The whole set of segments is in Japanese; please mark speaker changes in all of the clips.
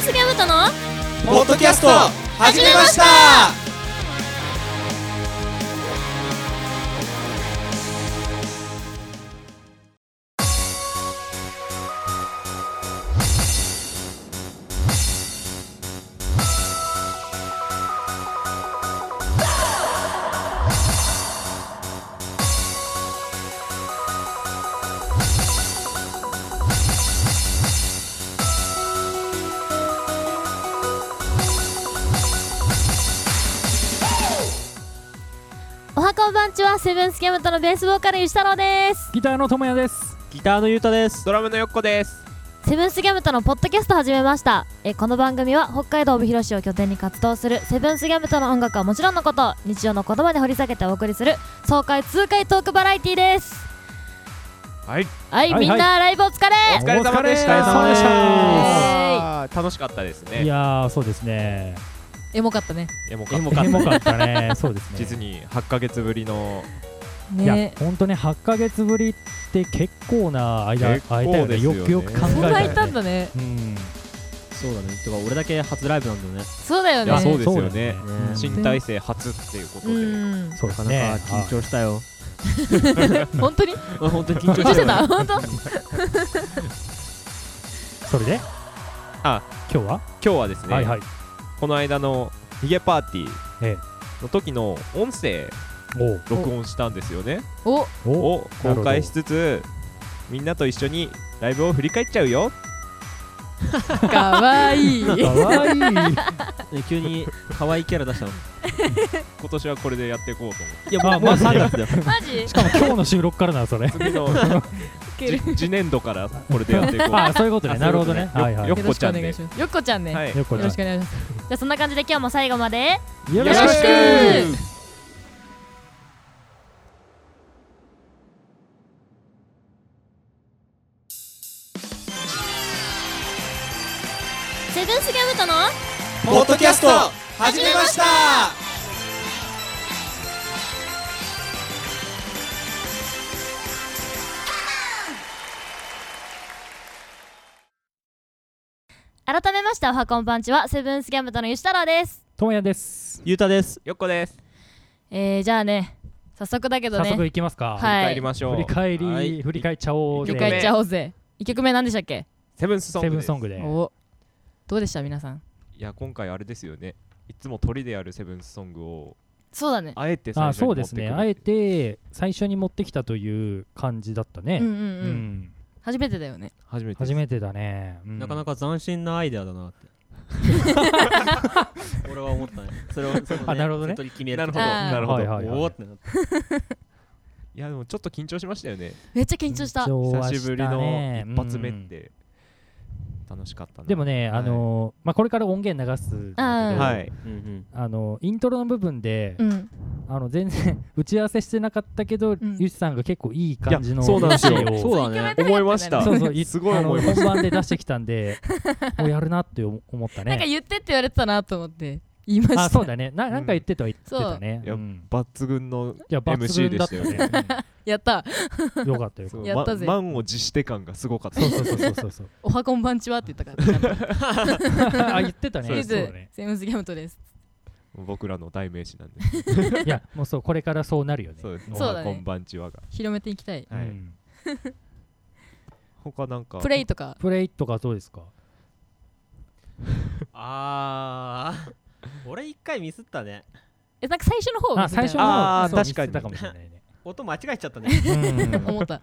Speaker 1: スギャムとの
Speaker 2: ポッドキャスト始めました
Speaker 1: おはこんばんちはセブンスギャムとのベースボーカル吉太郎です
Speaker 3: ギターのともやです。
Speaker 2: ギターのゆうたですドラムのよっこです
Speaker 1: セブンスギャムとのポッドキャスト始めましたえこの番組は北海道帯広市を拠点に活動するセブンスギャムとの音楽はもちろんのこと日常の言葉で掘り下げてお送りする爽快痛快トークバラエティーです
Speaker 2: はい
Speaker 1: はい、
Speaker 3: はい
Speaker 1: みんなライブお疲れ
Speaker 2: お疲れ様でした
Speaker 3: お疲れ様でし
Speaker 2: あー楽しかったです
Speaker 3: い
Speaker 2: ね
Speaker 3: やー、そうですね。
Speaker 1: エモかったね
Speaker 2: エモか
Speaker 3: エ
Speaker 2: った
Speaker 3: モかったね。そうですね。
Speaker 2: 実に8ヶ月ぶりの
Speaker 3: いや、本当ね、8ヶ月ぶりって結構な間、
Speaker 2: 結構
Speaker 3: 空いたよ
Speaker 2: で
Speaker 3: ね。
Speaker 2: すよ
Speaker 3: よ
Speaker 2: ね
Speaker 3: くよく考えたらね。
Speaker 1: だね
Speaker 3: うん。
Speaker 4: そうだね。てか俺だけ初ライブなんだよね。
Speaker 1: そうだよ
Speaker 2: いやそうですよね
Speaker 3: だ
Speaker 4: ね
Speaker 3: うん
Speaker 2: 新体制初っていうことで、
Speaker 1: ん
Speaker 3: そうですね。
Speaker 4: なかなか緊張したよ。
Speaker 1: 本当に
Speaker 4: まあ本当に緊張
Speaker 1: 緊張して
Speaker 4: よ
Speaker 1: た本当
Speaker 3: あそれで
Speaker 2: あ、
Speaker 3: 今日は
Speaker 2: 今日はですね、
Speaker 3: はいはい。
Speaker 2: この間のヒゲパーティ
Speaker 3: え
Speaker 2: ーの時の音声
Speaker 3: おう
Speaker 2: 録音したんですよね
Speaker 1: お
Speaker 3: おう
Speaker 2: を公開しつつみんなと一緒にライブを振り返っちゃうよ
Speaker 1: かわ いい
Speaker 3: かわいい。
Speaker 4: ね急に可 愛いキャラ出したの。
Speaker 2: 今年はこれでやっていこうと思
Speaker 4: いやま
Speaker 3: あ
Speaker 4: あまあ
Speaker 3: もう
Speaker 4: 3月だよ。
Speaker 1: マジ
Speaker 3: しかも今日の収録からな の、それ。
Speaker 2: って次のじ次年度からこれでやっていこう
Speaker 3: あ、そういうことね。
Speaker 2: あ
Speaker 3: なるほどね。
Speaker 2: そう
Speaker 3: はい
Speaker 2: いうこと
Speaker 3: はい。
Speaker 2: ねよっこちゃんで
Speaker 5: よっこちゃんね、
Speaker 2: はい
Speaker 3: よっこ
Speaker 5: よ
Speaker 3: ちゃ
Speaker 5: ろ
Speaker 3: ん
Speaker 5: しくお願いします
Speaker 1: じゃあそんな感じで今日も最後まで
Speaker 3: よ
Speaker 1: ろしく
Speaker 3: ろしく
Speaker 1: セブンスギャムとの
Speaker 2: ポッドキャスト始めました
Speaker 1: 改めましておはこんパンチはセブンスギャムとの吉太郎です
Speaker 3: ともやです。
Speaker 4: ゆうたです。
Speaker 2: よっこです
Speaker 1: えー、じゃあね早速だけど
Speaker 3: 早速
Speaker 1: ね
Speaker 3: いきますか。
Speaker 1: はい
Speaker 2: 帰りましょ
Speaker 3: 振
Speaker 2: う
Speaker 3: り返
Speaker 4: はい
Speaker 3: り、振り返っちゃおう
Speaker 2: 一
Speaker 3: で。
Speaker 2: 曲
Speaker 5: 振り
Speaker 2: 目
Speaker 5: 返っちゃおうぜ1曲目何でしたっけ、
Speaker 2: セブンスソング
Speaker 3: セブ
Speaker 2: で
Speaker 3: ン
Speaker 2: す
Speaker 3: ソングで。
Speaker 5: おどうでした皆さん
Speaker 2: いや今回あれですよねいつも鳥であるセブンスソングを
Speaker 5: そうだね
Speaker 2: あえて最
Speaker 3: あ
Speaker 2: 初に
Speaker 3: そ
Speaker 2: 持って
Speaker 3: うで
Speaker 2: く
Speaker 3: す
Speaker 2: る
Speaker 3: ねあえて最初に持ってきたという感じだったね
Speaker 5: うんうんう、
Speaker 3: うんん
Speaker 5: 初めてだよね
Speaker 2: 初めて
Speaker 3: 初めてだね、うん
Speaker 4: なかなか斬新なアイデアだなって。 俺は思ったね。それをその
Speaker 3: あなるほどね
Speaker 4: 本当に君や
Speaker 2: な
Speaker 4: っ
Speaker 2: る
Speaker 4: て
Speaker 2: ほ
Speaker 4: た
Speaker 2: ど
Speaker 5: あー
Speaker 2: なるほど、
Speaker 3: はいはい
Speaker 4: おおってなって。
Speaker 2: いやでもちょっと緊張しましたよね
Speaker 5: めっちゃ緊張した
Speaker 3: 緊張は
Speaker 2: 久しぶり
Speaker 3: た
Speaker 2: の
Speaker 3: ね
Speaker 2: 一発目っ
Speaker 3: うん
Speaker 2: て楽しかったな
Speaker 3: でもね、あのーまあ、これから音源流すんだけど
Speaker 2: はい
Speaker 4: うんうん。
Speaker 3: あのイントロの部分で、
Speaker 5: うん
Speaker 3: あの全然 打ち合わせしてなかったけど、
Speaker 5: ん
Speaker 3: ゆしさんが結構いい感じの
Speaker 2: いやそうなんですよ
Speaker 3: 歌詞を
Speaker 4: そうだね。
Speaker 2: 思いました
Speaker 3: そうそうい
Speaker 2: すごい思いま
Speaker 3: あの本番で出してきた んでもうやるなって思った
Speaker 5: なんか
Speaker 3: ね
Speaker 5: 言ってって言われてたなと思って言いました
Speaker 3: あそうだねななんか言ってたは言ってたね、
Speaker 2: そううん抜群の
Speaker 3: いや抜群だった
Speaker 2: MC で
Speaker 3: ね
Speaker 5: やった
Speaker 3: うんよかったよか
Speaker 2: そ
Speaker 3: っ
Speaker 2: う
Speaker 3: た
Speaker 5: やったぜ
Speaker 2: ま満を持して感がすごかった
Speaker 3: そうそうそうそうそうそう
Speaker 5: おはこんばんちはって言ったから
Speaker 3: あ言ってたね。
Speaker 5: とりあえ
Speaker 3: そうだ
Speaker 5: ず
Speaker 3: ね。
Speaker 5: セブンスギャムトです
Speaker 2: 僕らの代名詞なんで
Speaker 3: いやもうそうこれからそうなるよね。
Speaker 2: そうです
Speaker 5: そうだね
Speaker 2: おはこんばんちはが
Speaker 5: 広めていきたい
Speaker 3: うん
Speaker 2: はい他なんか
Speaker 5: プレイとか
Speaker 3: プレイとかどうですか。
Speaker 4: ああ。俺一回ミスったね。
Speaker 5: えなんか最初の方みたいな
Speaker 3: あ最初
Speaker 2: の
Speaker 3: は
Speaker 2: あー
Speaker 3: そう
Speaker 2: 確かに
Speaker 3: ミスったかもしれないね。
Speaker 4: 音間違えちゃった ね。
Speaker 3: うん
Speaker 5: 思った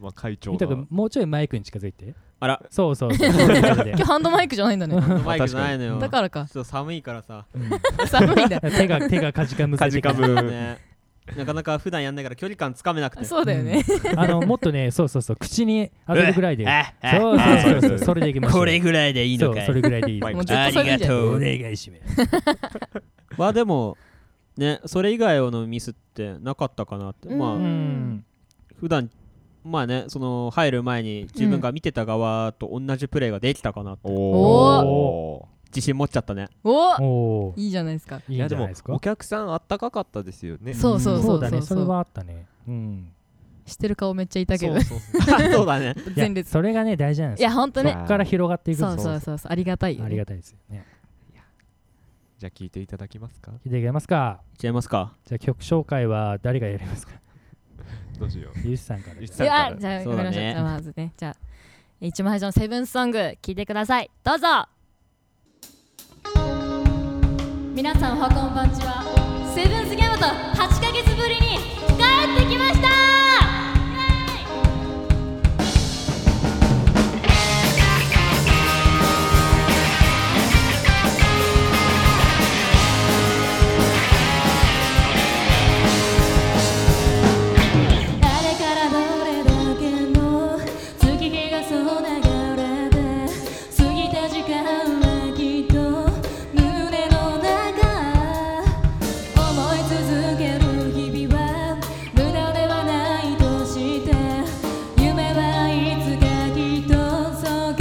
Speaker 2: まあ会長
Speaker 3: みたく
Speaker 2: が
Speaker 3: んもうちょいマイクに近づいて。
Speaker 4: あら。
Speaker 3: そうそうそう。そういう感 じで
Speaker 5: 今日ハンドマイクじゃないんだね
Speaker 4: マイクじゃないのよ。
Speaker 5: だ
Speaker 4: ら。
Speaker 5: からか
Speaker 4: ちょっと寒いからさ。
Speaker 5: 寒 いんだ
Speaker 3: 手が手がかじかむぜ
Speaker 2: かじかむ
Speaker 4: ね。なかなか普段やんないから距離感つかめなくて。
Speaker 5: そうだよね、
Speaker 3: あのもっとねそうそうそう口に当てるぐらいで。
Speaker 4: ああ
Speaker 3: そう
Speaker 4: あ
Speaker 3: そうそうそ
Speaker 2: あ
Speaker 3: うそれでいきましょう。
Speaker 4: ぐらいでい
Speaker 3: そうそれぐらいでいい。
Speaker 2: マイ
Speaker 5: も
Speaker 2: ク
Speaker 5: うずっとそれでいいんじゃない
Speaker 4: ありがとう
Speaker 3: お願いします。
Speaker 4: まあでもねそれ以外のミスってなかったかなって、
Speaker 5: うん
Speaker 3: う
Speaker 4: まあ
Speaker 3: ん。
Speaker 4: 普段まあねその入る前に自分が見てた側と同じプレーができたかな、
Speaker 2: お
Speaker 3: お
Speaker 2: お
Speaker 4: 自信持っちゃったね
Speaker 5: お
Speaker 3: おおー。
Speaker 5: いいじゃないですか
Speaker 3: い
Speaker 2: い
Speaker 3: いん
Speaker 2: や
Speaker 3: じ
Speaker 2: で
Speaker 3: ゃない
Speaker 2: も
Speaker 3: ですか
Speaker 2: お。客さんあったかかったですよね
Speaker 5: そうそうそう
Speaker 3: だね。
Speaker 5: そ
Speaker 3: そうれはあったね。うん。
Speaker 5: してる顔めっちゃいたけど
Speaker 4: そうそうそうそうだね
Speaker 3: いや
Speaker 5: 前列
Speaker 3: それがね大事なんです
Speaker 5: いやほんとね
Speaker 3: そっから広がっていくん
Speaker 5: そう
Speaker 3: です
Speaker 5: そうそうそうありがたいよ
Speaker 3: あり
Speaker 5: ね
Speaker 3: がたいですよね
Speaker 2: じゃあ聞いていただきますか
Speaker 3: 聞いていけますか
Speaker 4: 違いますか
Speaker 3: じゃあ曲紹介は誰がや りますか
Speaker 2: どうしよう
Speaker 3: ゆうしさんから
Speaker 2: ゆうし
Speaker 5: い
Speaker 2: さんか
Speaker 5: や
Speaker 2: ら
Speaker 5: じゃあ
Speaker 4: そう
Speaker 5: ごめ
Speaker 4: だ
Speaker 5: ん
Speaker 4: ね
Speaker 5: なさいじゃあまずねじゃあ一番最初のセブンスソング
Speaker 1: 聞いてくださいどうぞ皆さんおはこんばんちはセブンスギャムと8ヶ月ぶりに帰ってきました
Speaker 6: あれからどれだけの月日がそう流れて過ぎた時間はきっと胸の中思い続ける日々は無駄ではないとして夢はいつかきっとそう叶う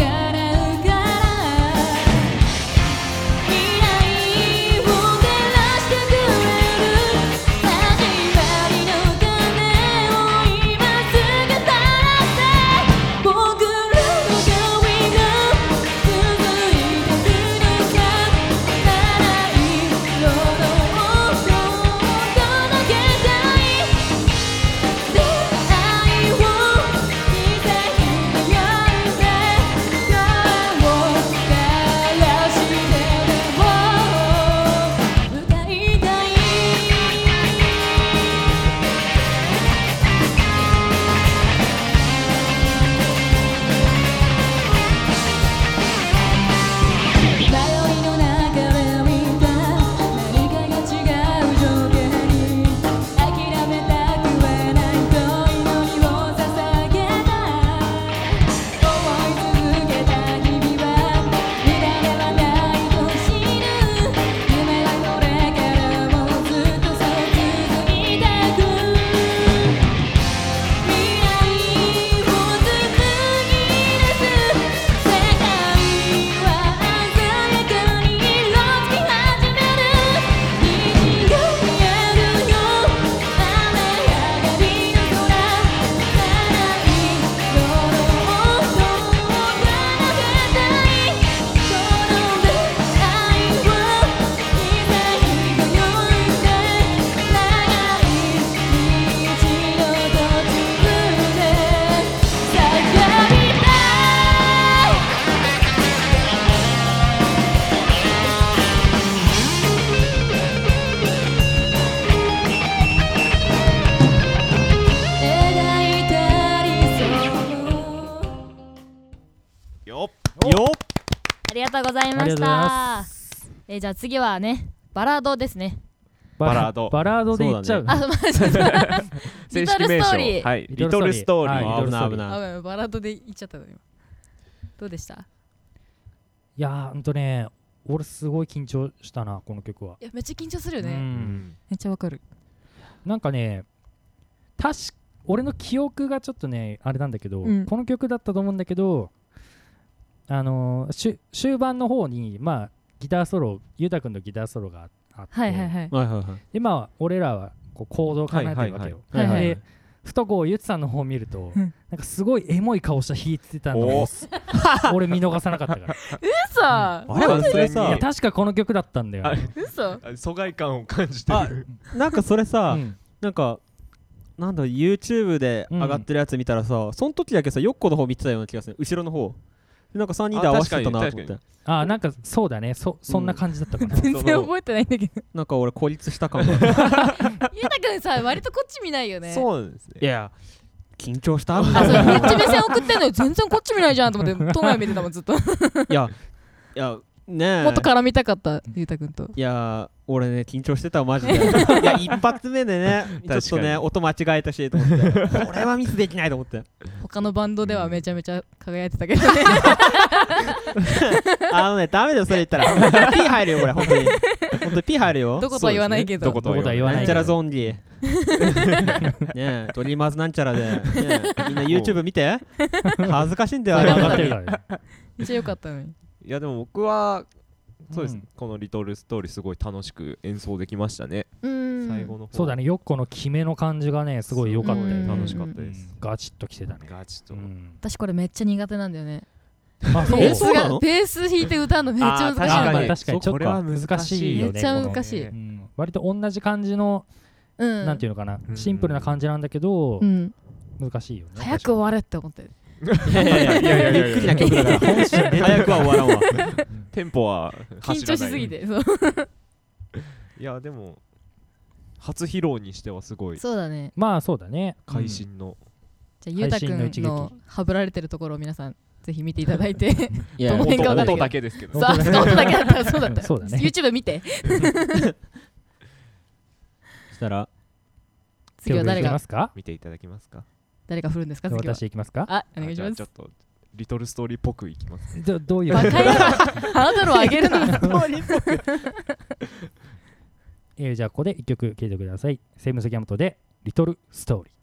Speaker 6: から未来を照らしてくれる真面目なお金を今すぐ払って僕の恋が続いてくれた七色の音を届けたい出会いを刻んだ夜で顔を照らしてでも歌いたい迷いの中で見た何かが違う条件に諦めたくはないと祈りを捧げた思い続けた日々は無駄ではないと知る夢はこれからもずっとそう続いてく未来を紡ぎ出す世界の中で僕のは鮮やかに色づき始める虹が見えるよ雨上がりの空七色の音を奏でたいこの出会いを刻んだ夜で長い道の途中で叫びたい描いた理想を
Speaker 2: よ
Speaker 3: お
Speaker 2: っよっ
Speaker 1: ありがとうございま
Speaker 3: ありがと
Speaker 1: し
Speaker 3: うござい
Speaker 1: た
Speaker 3: ま
Speaker 5: えーじゃあ次はねバラードですね
Speaker 2: バラード
Speaker 3: バラードでいっちゃう
Speaker 5: あまあそうそう
Speaker 2: 正式名
Speaker 5: リトルスト
Speaker 2: 称
Speaker 5: ーリー
Speaker 2: はいリ
Speaker 3: リ
Speaker 2: ト
Speaker 3: ト
Speaker 2: ル
Speaker 3: ル
Speaker 2: ス
Speaker 3: ス
Speaker 2: ト
Speaker 3: ト
Speaker 2: ー
Speaker 3: ー
Speaker 2: リ
Speaker 3: リ
Speaker 2: ー
Speaker 3: ーはい
Speaker 4: 危ない危
Speaker 5: あご
Speaker 4: ない
Speaker 5: めんバラードで言っちゃったの今どうでした
Speaker 3: いやーほんとね俺すごい緊張したなこの曲はい
Speaker 5: やめっちゃ緊張するよ
Speaker 3: う
Speaker 5: ね
Speaker 3: ん
Speaker 5: めっちゃわかる
Speaker 3: なんかね確か俺の記憶がちょっとねあれなんだけど、
Speaker 5: うん
Speaker 3: この曲だったと思うんだけどあのーし終盤の方にまあギターソロゆうたくんのギターソロがあって、
Speaker 5: はいはいはい
Speaker 4: はいはいはい
Speaker 3: でまあ俺らはこう行動を考えてるわけよ、
Speaker 2: はいはいはい
Speaker 5: はいはい
Speaker 3: でふとこうゆつさんの方を見ると、
Speaker 5: うん
Speaker 3: なんかすごいエモい顔して弾いてたの
Speaker 2: お
Speaker 3: を
Speaker 2: ー
Speaker 3: 俺見逃さなかった から
Speaker 5: 嘘
Speaker 2: あれはそれ
Speaker 3: い
Speaker 2: さ
Speaker 3: や確かこの曲だったんだよ、
Speaker 2: あ
Speaker 5: 嘘
Speaker 2: 疎外感を感じて
Speaker 4: あ
Speaker 2: る
Speaker 4: なんかそれさ、
Speaker 3: うん
Speaker 4: なんかなんだ YouTube で上がってるやつ見たらさ、その時だけさヨッコの方見てたような気がする後ろの方なんか3人で合わせてたなと思
Speaker 2: あ確
Speaker 4: っ
Speaker 2: か
Speaker 4: て
Speaker 2: に
Speaker 3: あなんかそうだねそそんな感じだったか な、
Speaker 5: 全然覚えてないんだけ ど
Speaker 4: なんか俺孤立したかもい
Speaker 5: ゆうたくんさ割とこっち見ないよねう
Speaker 2: そうなんですね
Speaker 4: や緊張したみ
Speaker 5: あ
Speaker 4: たい
Speaker 5: そう
Speaker 4: な
Speaker 5: めっちゃ目線送ってんのよ全然こっち見ないじゃんと思 って友也見てたもんずっとも
Speaker 4: いやいやねえ
Speaker 5: っと絡みたかったゆうたくんと
Speaker 4: いやー俺ね緊張してたわマジ でいや一発目でねちょっとね音間違えたしと思ってこれはミスできないと思って
Speaker 5: 他のバンドではめちゃめちゃ輝いてたけどね
Speaker 4: あのねダメだよそれ言ったらピー入るよこれ本当に本当にピー入るよ
Speaker 5: どことは言わないけど
Speaker 2: どことは言わ
Speaker 3: ど
Speaker 2: な
Speaker 4: ない
Speaker 3: こ
Speaker 4: んちゃ
Speaker 3: とは
Speaker 4: らゾンビ ねえドリーマーズなんちゃらで、ね え、みんな YouTube 見 て恥ずかしいんだよあれ
Speaker 3: 上がってるからね
Speaker 5: めっちゃ良かったのに
Speaker 2: いやでも僕はそうです、
Speaker 3: うん
Speaker 2: この「リトルストーリー」すごい楽しく演奏できましたね
Speaker 5: うーん
Speaker 1: うん
Speaker 2: 最後の方
Speaker 3: そうだねヨッコの決めの感じがねすごい良かったよね
Speaker 1: うん
Speaker 2: 楽しかったです
Speaker 3: ガチッときてたね
Speaker 2: ガチと
Speaker 3: うん
Speaker 5: 私これめっちゃ苦手なんだよね
Speaker 3: あ
Speaker 5: ベ
Speaker 3: そう
Speaker 5: ース
Speaker 4: そうな
Speaker 5: が
Speaker 4: の
Speaker 5: ベース弾いて歌うのめっちゃ難しい
Speaker 3: あ
Speaker 2: あ確
Speaker 3: まあ
Speaker 2: かに
Speaker 3: 確かにち
Speaker 2: そう
Speaker 3: ょっ
Speaker 2: ことれは
Speaker 3: 難しいよね
Speaker 5: めっちゃ
Speaker 3: この
Speaker 5: 難しい
Speaker 3: うん割と同じ感じの
Speaker 5: うん
Speaker 3: なんていうのかな
Speaker 2: うん
Speaker 3: シンプルな感じなんだけど
Speaker 5: うん
Speaker 3: 難しいよね
Speaker 5: 早く終われって思ってる
Speaker 4: いやいやいやいやゆっくりな曲だから
Speaker 3: 本心
Speaker 4: 早くは終わらんわ
Speaker 2: テンポは
Speaker 5: 緊張しすぎてそう
Speaker 2: いやでも初披露にしてはすごい
Speaker 5: そうだね
Speaker 3: まあ そうだね
Speaker 2: 会心の
Speaker 5: じゃあゆうたく
Speaker 3: 配信
Speaker 5: ん
Speaker 3: の
Speaker 5: のハブられてるところを皆さんぜひ見ていただいてそう
Speaker 4: いや
Speaker 5: どう変化わかんないけど
Speaker 2: 音だけですけど
Speaker 3: 本当
Speaker 5: あ
Speaker 3: だ
Speaker 5: そ
Speaker 3: ね
Speaker 5: うだけだったらそうだった
Speaker 3: そうだね
Speaker 5: YouTube 見て
Speaker 4: したら
Speaker 5: 次は誰
Speaker 3: 手を振り
Speaker 5: が
Speaker 3: ますか
Speaker 2: 見ていただけますか
Speaker 5: 誰が振るんですか次は
Speaker 3: 私行きますか
Speaker 5: あお願いしま
Speaker 2: あ
Speaker 5: す
Speaker 2: じゃあちょっとリトルストーリーっぽくいきます
Speaker 3: どどういう
Speaker 5: バカ野郎あなたのあげるな
Speaker 3: えーじゃあここで一曲聴いてくださいセイムスギャムトで「リトルストーリー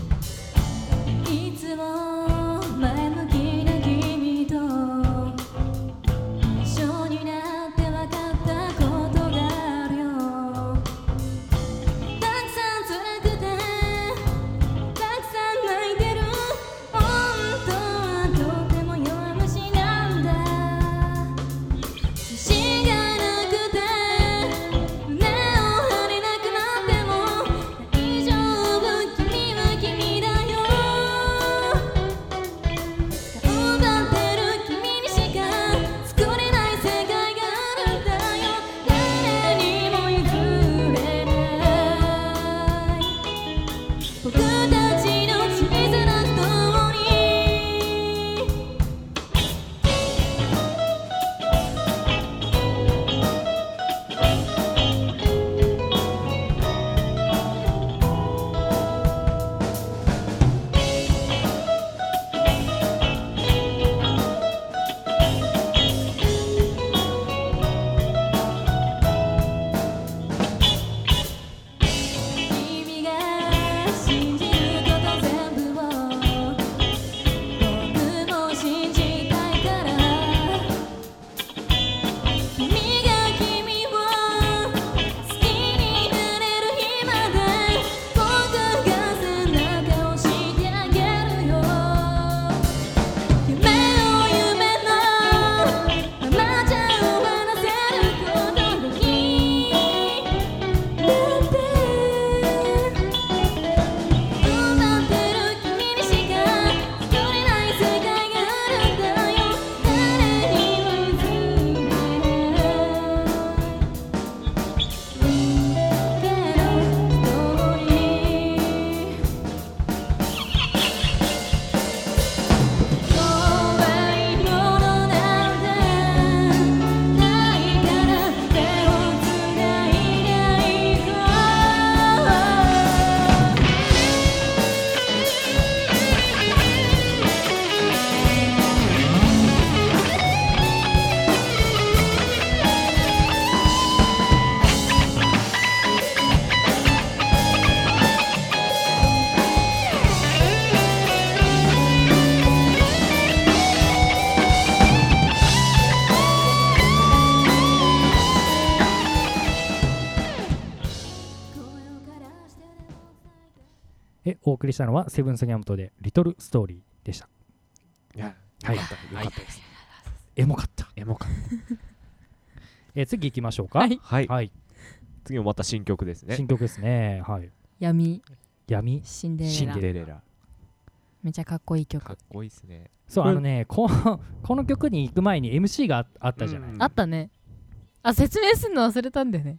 Speaker 6: 「いつも前向きな君と」「一緒になって分かったことがあるよ」「たくさん辛くてたくさん泣いてる」「本当はとても弱虫なんだ」自信がなくて胸を張れなくなっても大丈夫君は君だよ頑張ってる君にしか作れない世界があるんだよ誰にも譲れない僕たちの小さなストーリー君が信じること全部を僕も信じたいから君が君を好きになれる日まで僕が背中を押してあげるよ夢を夢のままじゃ終わらせることできなくて歌ってる君にしか作れない世界があるんだよ誰にも譲れないけど通り「怖いものなんてないから手をつないでいこう」
Speaker 3: えお送りしたのはセブンスギャムトで「リトルストーリー」でした
Speaker 2: いや
Speaker 3: はい
Speaker 2: よかったよかったです
Speaker 3: エモかった
Speaker 2: エモかった
Speaker 3: えー次行きましょうか
Speaker 5: はい
Speaker 2: はい
Speaker 3: はい
Speaker 2: 次もまた新曲ですね
Speaker 3: 新曲ですねはい
Speaker 5: 闇
Speaker 3: 闇
Speaker 5: シンデレラ
Speaker 3: シンデ
Speaker 2: デレラ
Speaker 5: めちゃかっこいい曲
Speaker 2: かっこいいですね
Speaker 3: そう
Speaker 4: これ
Speaker 3: あのねこの この曲に行く前に MC がああったじゃない、
Speaker 2: うん
Speaker 5: あったねあ説明するの忘れたんだよね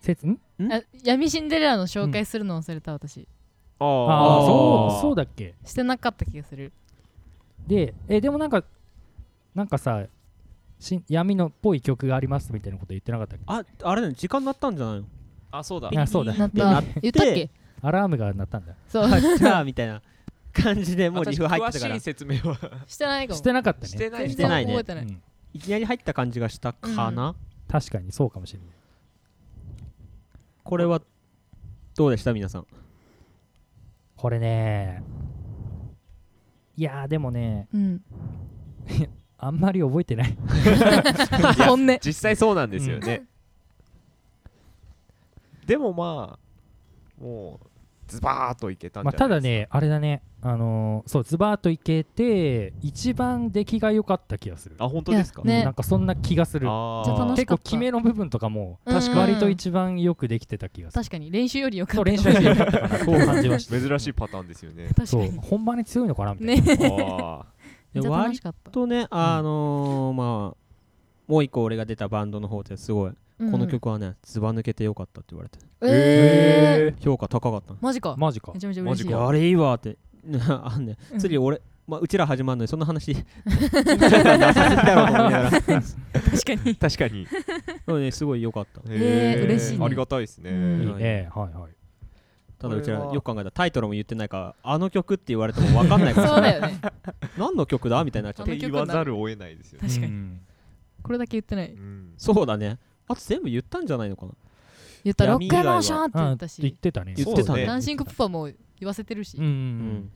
Speaker 3: せつん
Speaker 4: ん
Speaker 5: あ闇シンデレラの紹介するの忘れた私
Speaker 2: あ
Speaker 3: あ
Speaker 2: あ
Speaker 3: あそうそう
Speaker 2: だ
Speaker 3: だっけ
Speaker 5: してなかった気がす る
Speaker 3: でえでもなんかなんかさし闇のっぽい曲がありますみたいなこと言ってなかったっけ
Speaker 4: ああれだよ時間なったんじゃないの
Speaker 2: あそうだ
Speaker 3: あそうだ
Speaker 5: なっ
Speaker 4: な
Speaker 5: た
Speaker 4: って
Speaker 5: 言ったっけ
Speaker 3: アラームが鳴ったんだ
Speaker 5: そう
Speaker 4: あじ ゃあみたいな感じでもうリフ入ってたか
Speaker 2: 詳
Speaker 4: ら
Speaker 2: しい説明は
Speaker 5: してないかも
Speaker 3: してなかったね
Speaker 2: してない
Speaker 5: 全
Speaker 4: して
Speaker 5: 然
Speaker 4: ないね
Speaker 5: 覚えてない
Speaker 3: うん
Speaker 4: いきなり入った感じがしたかな、
Speaker 3: 確かにそうかもしれない
Speaker 4: これはどうでした皆さん
Speaker 3: これねいやーでもね
Speaker 5: うん
Speaker 3: あんまり覚えてない
Speaker 5: 本音
Speaker 2: 実際そうなんですよね、でもまあもうズバーっといけたんじゃ
Speaker 3: まあ
Speaker 2: ない
Speaker 3: ただねあれだねあのーそうズバーといけて一番出来が良かった気がする
Speaker 2: あ本当ですか、
Speaker 5: ね
Speaker 3: なんかそんな気がする
Speaker 2: あ
Speaker 1: じゃあ楽し
Speaker 3: 結
Speaker 1: か
Speaker 3: 構
Speaker 1: った
Speaker 3: 決めの部分とかも
Speaker 5: うん
Speaker 2: 確かに
Speaker 3: 割と一番よくできてた気がする
Speaker 5: 確かに練習よりよか
Speaker 3: そう
Speaker 5: った
Speaker 3: 練習してよかったかなそう感じました
Speaker 2: ー珍しいパターンですよ ね
Speaker 5: 確か
Speaker 3: そう
Speaker 5: に
Speaker 3: 本番に強いのかなみたいな
Speaker 5: ねめっ
Speaker 2: あ
Speaker 5: ちゃ楽しかった
Speaker 4: とねあのーまあもう一個俺が出たバンドの方ですごい、この曲はねずば抜けてよかったって言われて
Speaker 5: うんうんえー
Speaker 4: 評価高かったの
Speaker 5: マジか
Speaker 3: マジか
Speaker 5: めちゃめちゃ嬉しい
Speaker 4: いや
Speaker 5: よ
Speaker 4: あれいいわって あんね次俺、まあ、うちら始まんのにそん な話 なさすぎだろうと思いながら
Speaker 5: 確かに
Speaker 2: ー確かに
Speaker 4: そうねすごい良かった
Speaker 5: えー嬉しいね
Speaker 2: ありがたいですね、
Speaker 5: うん
Speaker 3: いいねはいはい
Speaker 4: ただうちら
Speaker 2: これは
Speaker 4: よく考えたらタイトルも言ってないからあの曲って言われても分かんない
Speaker 5: そ
Speaker 4: か
Speaker 5: う
Speaker 4: ら
Speaker 5: だよね
Speaker 4: 何の曲だみたいになっちゃ
Speaker 2: っ
Speaker 4: う
Speaker 5: この
Speaker 2: て
Speaker 5: 曲
Speaker 2: 言
Speaker 5: な
Speaker 2: わ
Speaker 5: んだ
Speaker 2: ざるを得ないですよね、
Speaker 5: 確かに
Speaker 3: に
Speaker 5: これだけ言ってない
Speaker 2: うん
Speaker 4: そうだねあと全部言ったんじゃないのかな
Speaker 5: 言ったロ
Speaker 4: 闇
Speaker 5: ッ
Speaker 4: 以
Speaker 5: クエ
Speaker 4: 外
Speaker 5: モ
Speaker 4: は
Speaker 5: ーションって言った
Speaker 3: 言っ
Speaker 5: して
Speaker 3: たね
Speaker 4: 言ってた
Speaker 2: そう
Speaker 4: ね
Speaker 2: ね
Speaker 5: ダンシングプッパも言わせてるし
Speaker 3: うんうん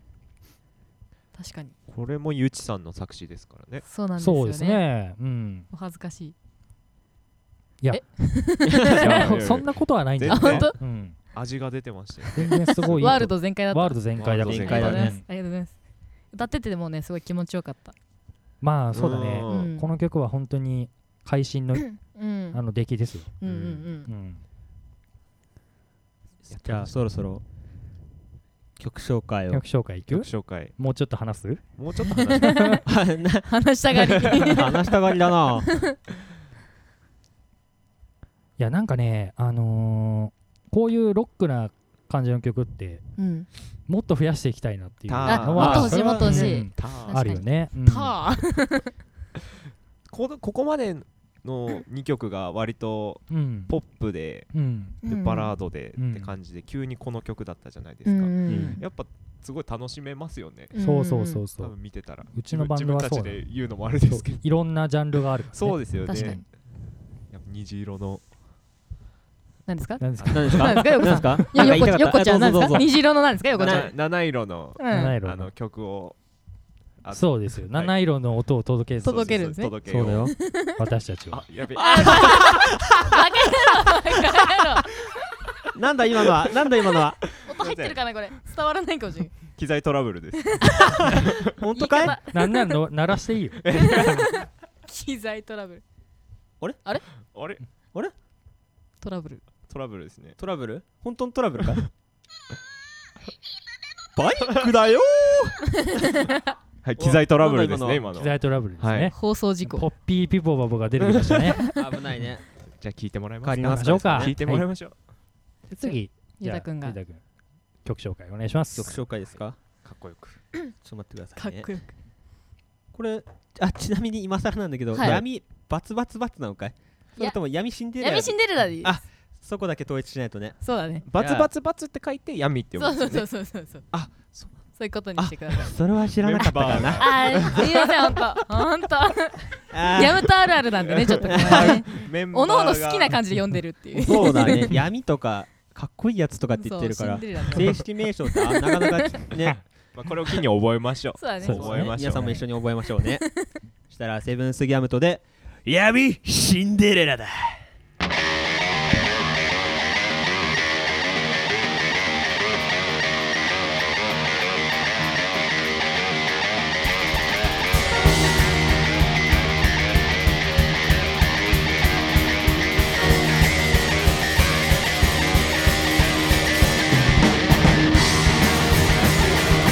Speaker 5: 確かに
Speaker 2: これもゆちさんの作詞ですからね
Speaker 5: そうなんです
Speaker 3: そう
Speaker 5: よ
Speaker 3: です
Speaker 5: ね
Speaker 3: ねうん
Speaker 5: お恥ずかしい
Speaker 2: いやいやいや
Speaker 3: そんなことはないんだ
Speaker 2: 全然
Speaker 5: あ本当
Speaker 3: うん
Speaker 2: 味が出てましたよ
Speaker 3: 全然すごいいい
Speaker 5: ワールド全開だった
Speaker 3: ワールド全開だから
Speaker 2: ワールド全
Speaker 5: あり
Speaker 2: 開
Speaker 5: がとうご
Speaker 2: だ
Speaker 5: ざいます
Speaker 3: ね
Speaker 5: ありがとうございます歌っててでもねすごい気持ちよかった
Speaker 3: まあそうだね
Speaker 2: うん
Speaker 5: うん
Speaker 3: この曲は本当に会心の
Speaker 5: うん
Speaker 3: あの出来ですよ
Speaker 5: うんうん
Speaker 3: うん
Speaker 4: じゃあそろそろ曲紹介を
Speaker 3: 曲紹介いく
Speaker 2: 曲紹介
Speaker 3: もうちょっと話す
Speaker 2: もうちょっと話して
Speaker 4: あな
Speaker 5: うん話したがり
Speaker 4: 話したがりだない
Speaker 3: やなんかねあのーこういうロックな感じの曲って
Speaker 5: うん
Speaker 3: もっと増やしていきたいなっていう
Speaker 2: あ
Speaker 3: の
Speaker 5: もっ
Speaker 3: は
Speaker 5: と欲しいもっと欲し
Speaker 3: う
Speaker 5: い
Speaker 3: ん
Speaker 2: た
Speaker 5: 確かに
Speaker 3: あるよねうん
Speaker 5: パー
Speaker 2: このここまでの2曲が割と
Speaker 3: うん
Speaker 2: ポップで
Speaker 3: うん
Speaker 2: でバラードで
Speaker 3: うん
Speaker 2: って感じで急にこの曲だったじゃないで
Speaker 5: う
Speaker 2: すか、
Speaker 5: ん
Speaker 2: やっぱすごい楽しめますよね
Speaker 3: そうそうそうそ
Speaker 2: 多
Speaker 3: う
Speaker 2: 分見てたら
Speaker 3: うちのバンドはそう
Speaker 2: 自
Speaker 3: だ
Speaker 2: 分たちで言うのもあれですけ
Speaker 3: そ
Speaker 2: ど
Speaker 3: ういろんなジャンルがあるからね
Speaker 2: そうですよ
Speaker 5: 確か
Speaker 2: ね
Speaker 5: に
Speaker 2: やっぱ虹色の
Speaker 5: 何ですか
Speaker 3: なんですか
Speaker 4: 何ですか
Speaker 5: 何ですか横さん い
Speaker 4: 何ですか
Speaker 5: や
Speaker 4: なん
Speaker 5: 横
Speaker 4: か言いたか
Speaker 5: 横
Speaker 4: った
Speaker 5: ちゃん
Speaker 4: あ
Speaker 5: 何
Speaker 4: ど
Speaker 5: ですか
Speaker 4: うぞどうぞ
Speaker 5: 虹色の何ですか横ちゃ
Speaker 2: なん七色の
Speaker 5: うん
Speaker 3: 七色
Speaker 2: あの曲をあ
Speaker 3: そうですよ、
Speaker 2: はい
Speaker 3: 七色の音を届ける
Speaker 5: そう届けるんですね
Speaker 2: そうそう届け
Speaker 4: そうだ
Speaker 2: よう
Speaker 4: よ
Speaker 3: 私たちは
Speaker 2: あやべ
Speaker 4: なんだ今のはなんだ今のは
Speaker 5: 音入ってるかなこれ伝わらないかもしれない
Speaker 2: 機材トラブルです
Speaker 4: 本当かい
Speaker 5: 言い方
Speaker 3: なんならの鳴らしていいよ
Speaker 5: 機材トラブル
Speaker 2: あれ
Speaker 5: トラブル
Speaker 2: トラブルですね
Speaker 4: トラブル本当のトラブルか バイクだよ
Speaker 2: はい機材トラブルですね
Speaker 4: な
Speaker 2: 今の
Speaker 3: 機材トラブルですね、
Speaker 2: はい
Speaker 5: 放送事
Speaker 3: ポ
Speaker 5: 故
Speaker 3: ッピーピポバボが出てきまし たね
Speaker 4: 危ないね
Speaker 2: じゃあ聞いてもらいま
Speaker 4: 借
Speaker 2: す
Speaker 4: り
Speaker 2: か
Speaker 4: ます
Speaker 3: しょうか
Speaker 2: 聞いてもらいましょう
Speaker 3: はい次
Speaker 5: ゆうたくんが
Speaker 3: じゃあゆうたくん曲紹介お願いします
Speaker 4: 曲紹介ですか
Speaker 2: かっこよく
Speaker 4: ちょっと待ってくだ
Speaker 5: か
Speaker 4: さ
Speaker 5: っ
Speaker 4: いね
Speaker 5: こよ
Speaker 4: これあちなみに今更なんだけど
Speaker 5: はい
Speaker 4: 闇バツバツバツなのかいそれとも闇死ん
Speaker 5: く
Speaker 4: で
Speaker 5: 闇シンデレラでいい
Speaker 4: あそこだけ統一しないとね
Speaker 5: そうだね
Speaker 2: バツバツバツって書いて闇って
Speaker 5: そ
Speaker 2: 読
Speaker 5: う
Speaker 2: むん
Speaker 5: そ
Speaker 2: で
Speaker 5: う
Speaker 2: すよ
Speaker 5: そ
Speaker 2: ね
Speaker 5: うそうそう
Speaker 4: あ
Speaker 5: そういうことにしてください
Speaker 4: それは知らなかったからな
Speaker 5: あーすいませんほんとほんと
Speaker 4: あー
Speaker 5: やむとあるあるなんでねちょっとこれはね
Speaker 2: メンバ
Speaker 5: お
Speaker 2: ー
Speaker 5: の
Speaker 2: が
Speaker 5: おの好きな感じで読んでるっていう
Speaker 4: そうだね闇とかかっこいいやつとかって言ってるか
Speaker 5: そう
Speaker 4: ら
Speaker 5: シンデレラの
Speaker 4: 正式名称ってあなかなか ね
Speaker 2: まあこれを機に覚えましょ
Speaker 5: そうだね
Speaker 3: そうですね
Speaker 2: 覚えましょう
Speaker 4: 皆さんも一緒に覚えましょうねしたらセブンスギャムトで闇シンデレラだ
Speaker 6: 「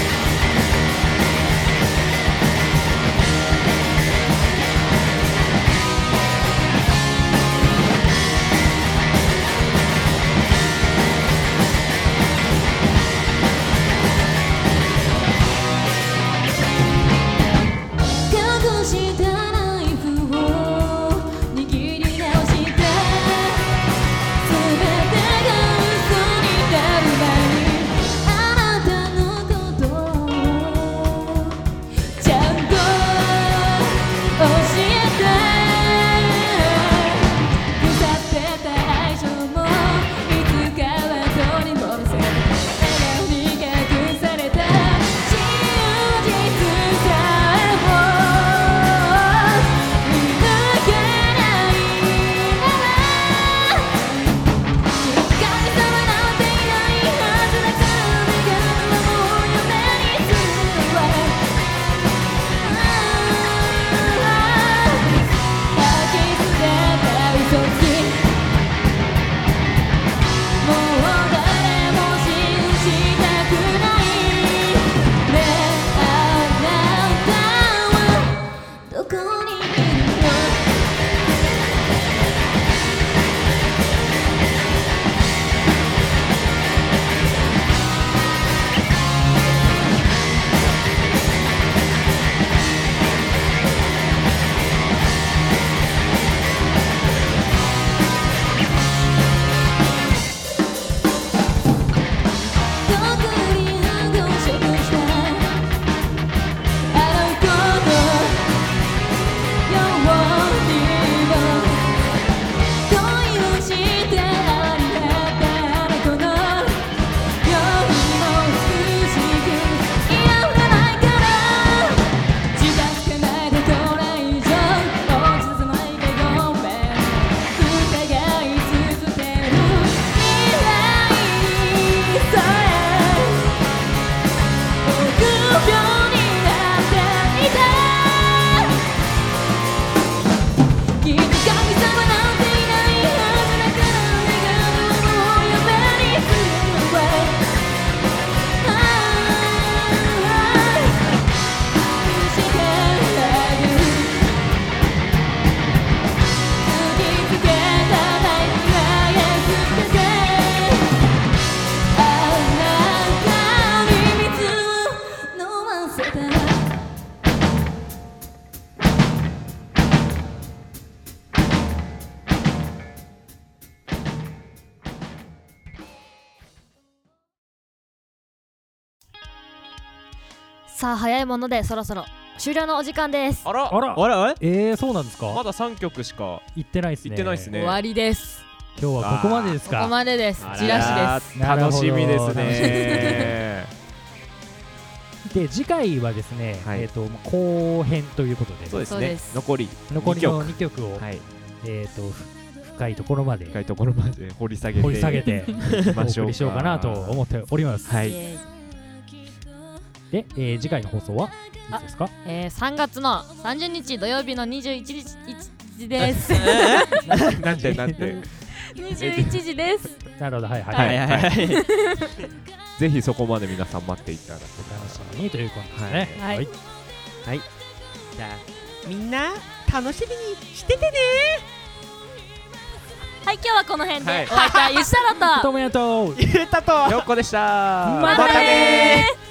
Speaker 1: さあ早いものでそろそろ終了のお時間です
Speaker 2: あら
Speaker 3: あら
Speaker 4: あれあれ
Speaker 3: えー、そうなんです
Speaker 2: ま
Speaker 3: か
Speaker 2: だ3曲しか
Speaker 3: 行ってないですね
Speaker 2: 行ってないっすね
Speaker 5: 終わりです。
Speaker 3: 今日はここまでです
Speaker 5: こ
Speaker 3: か
Speaker 5: こまでです
Speaker 2: あ。ら
Speaker 5: チラシです。
Speaker 3: なるほ
Speaker 2: 楽
Speaker 3: ど
Speaker 2: しみですね
Speaker 3: で次回はですね、
Speaker 2: はい
Speaker 3: えっ、と後編ということで
Speaker 2: そうです
Speaker 5: そう
Speaker 2: ね
Speaker 5: です
Speaker 2: 残り
Speaker 3: 残りの2曲を、
Speaker 2: はい
Speaker 3: えっ、とふ深いところまで
Speaker 2: 深いところまで掘り下げて
Speaker 3: 掘り下げて
Speaker 2: いき
Speaker 3: お
Speaker 2: ましょ
Speaker 3: 送
Speaker 2: う
Speaker 3: りしようかなと思っております。
Speaker 2: は
Speaker 5: イ
Speaker 2: い
Speaker 5: エーイ
Speaker 3: で、えー次回の放送はいいですか？
Speaker 1: えー、3月の30日土曜日の21時1です
Speaker 2: なんてなんて
Speaker 1: 21時です
Speaker 3: なるほどはいはい、
Speaker 2: はい
Speaker 3: お
Speaker 2: はいはいぜひそこまで皆さん待っていただけ
Speaker 3: 楽しみにということですね。
Speaker 1: はい
Speaker 3: はい
Speaker 4: じゃあみんな楽しみにしててね
Speaker 1: はい今日はこの辺で、
Speaker 2: はい
Speaker 1: お相手はゆしさらと
Speaker 3: どうもありがとう。
Speaker 4: ゆうたと
Speaker 2: よっこでした
Speaker 3: ま
Speaker 1: たね
Speaker 2: ね
Speaker 1: ー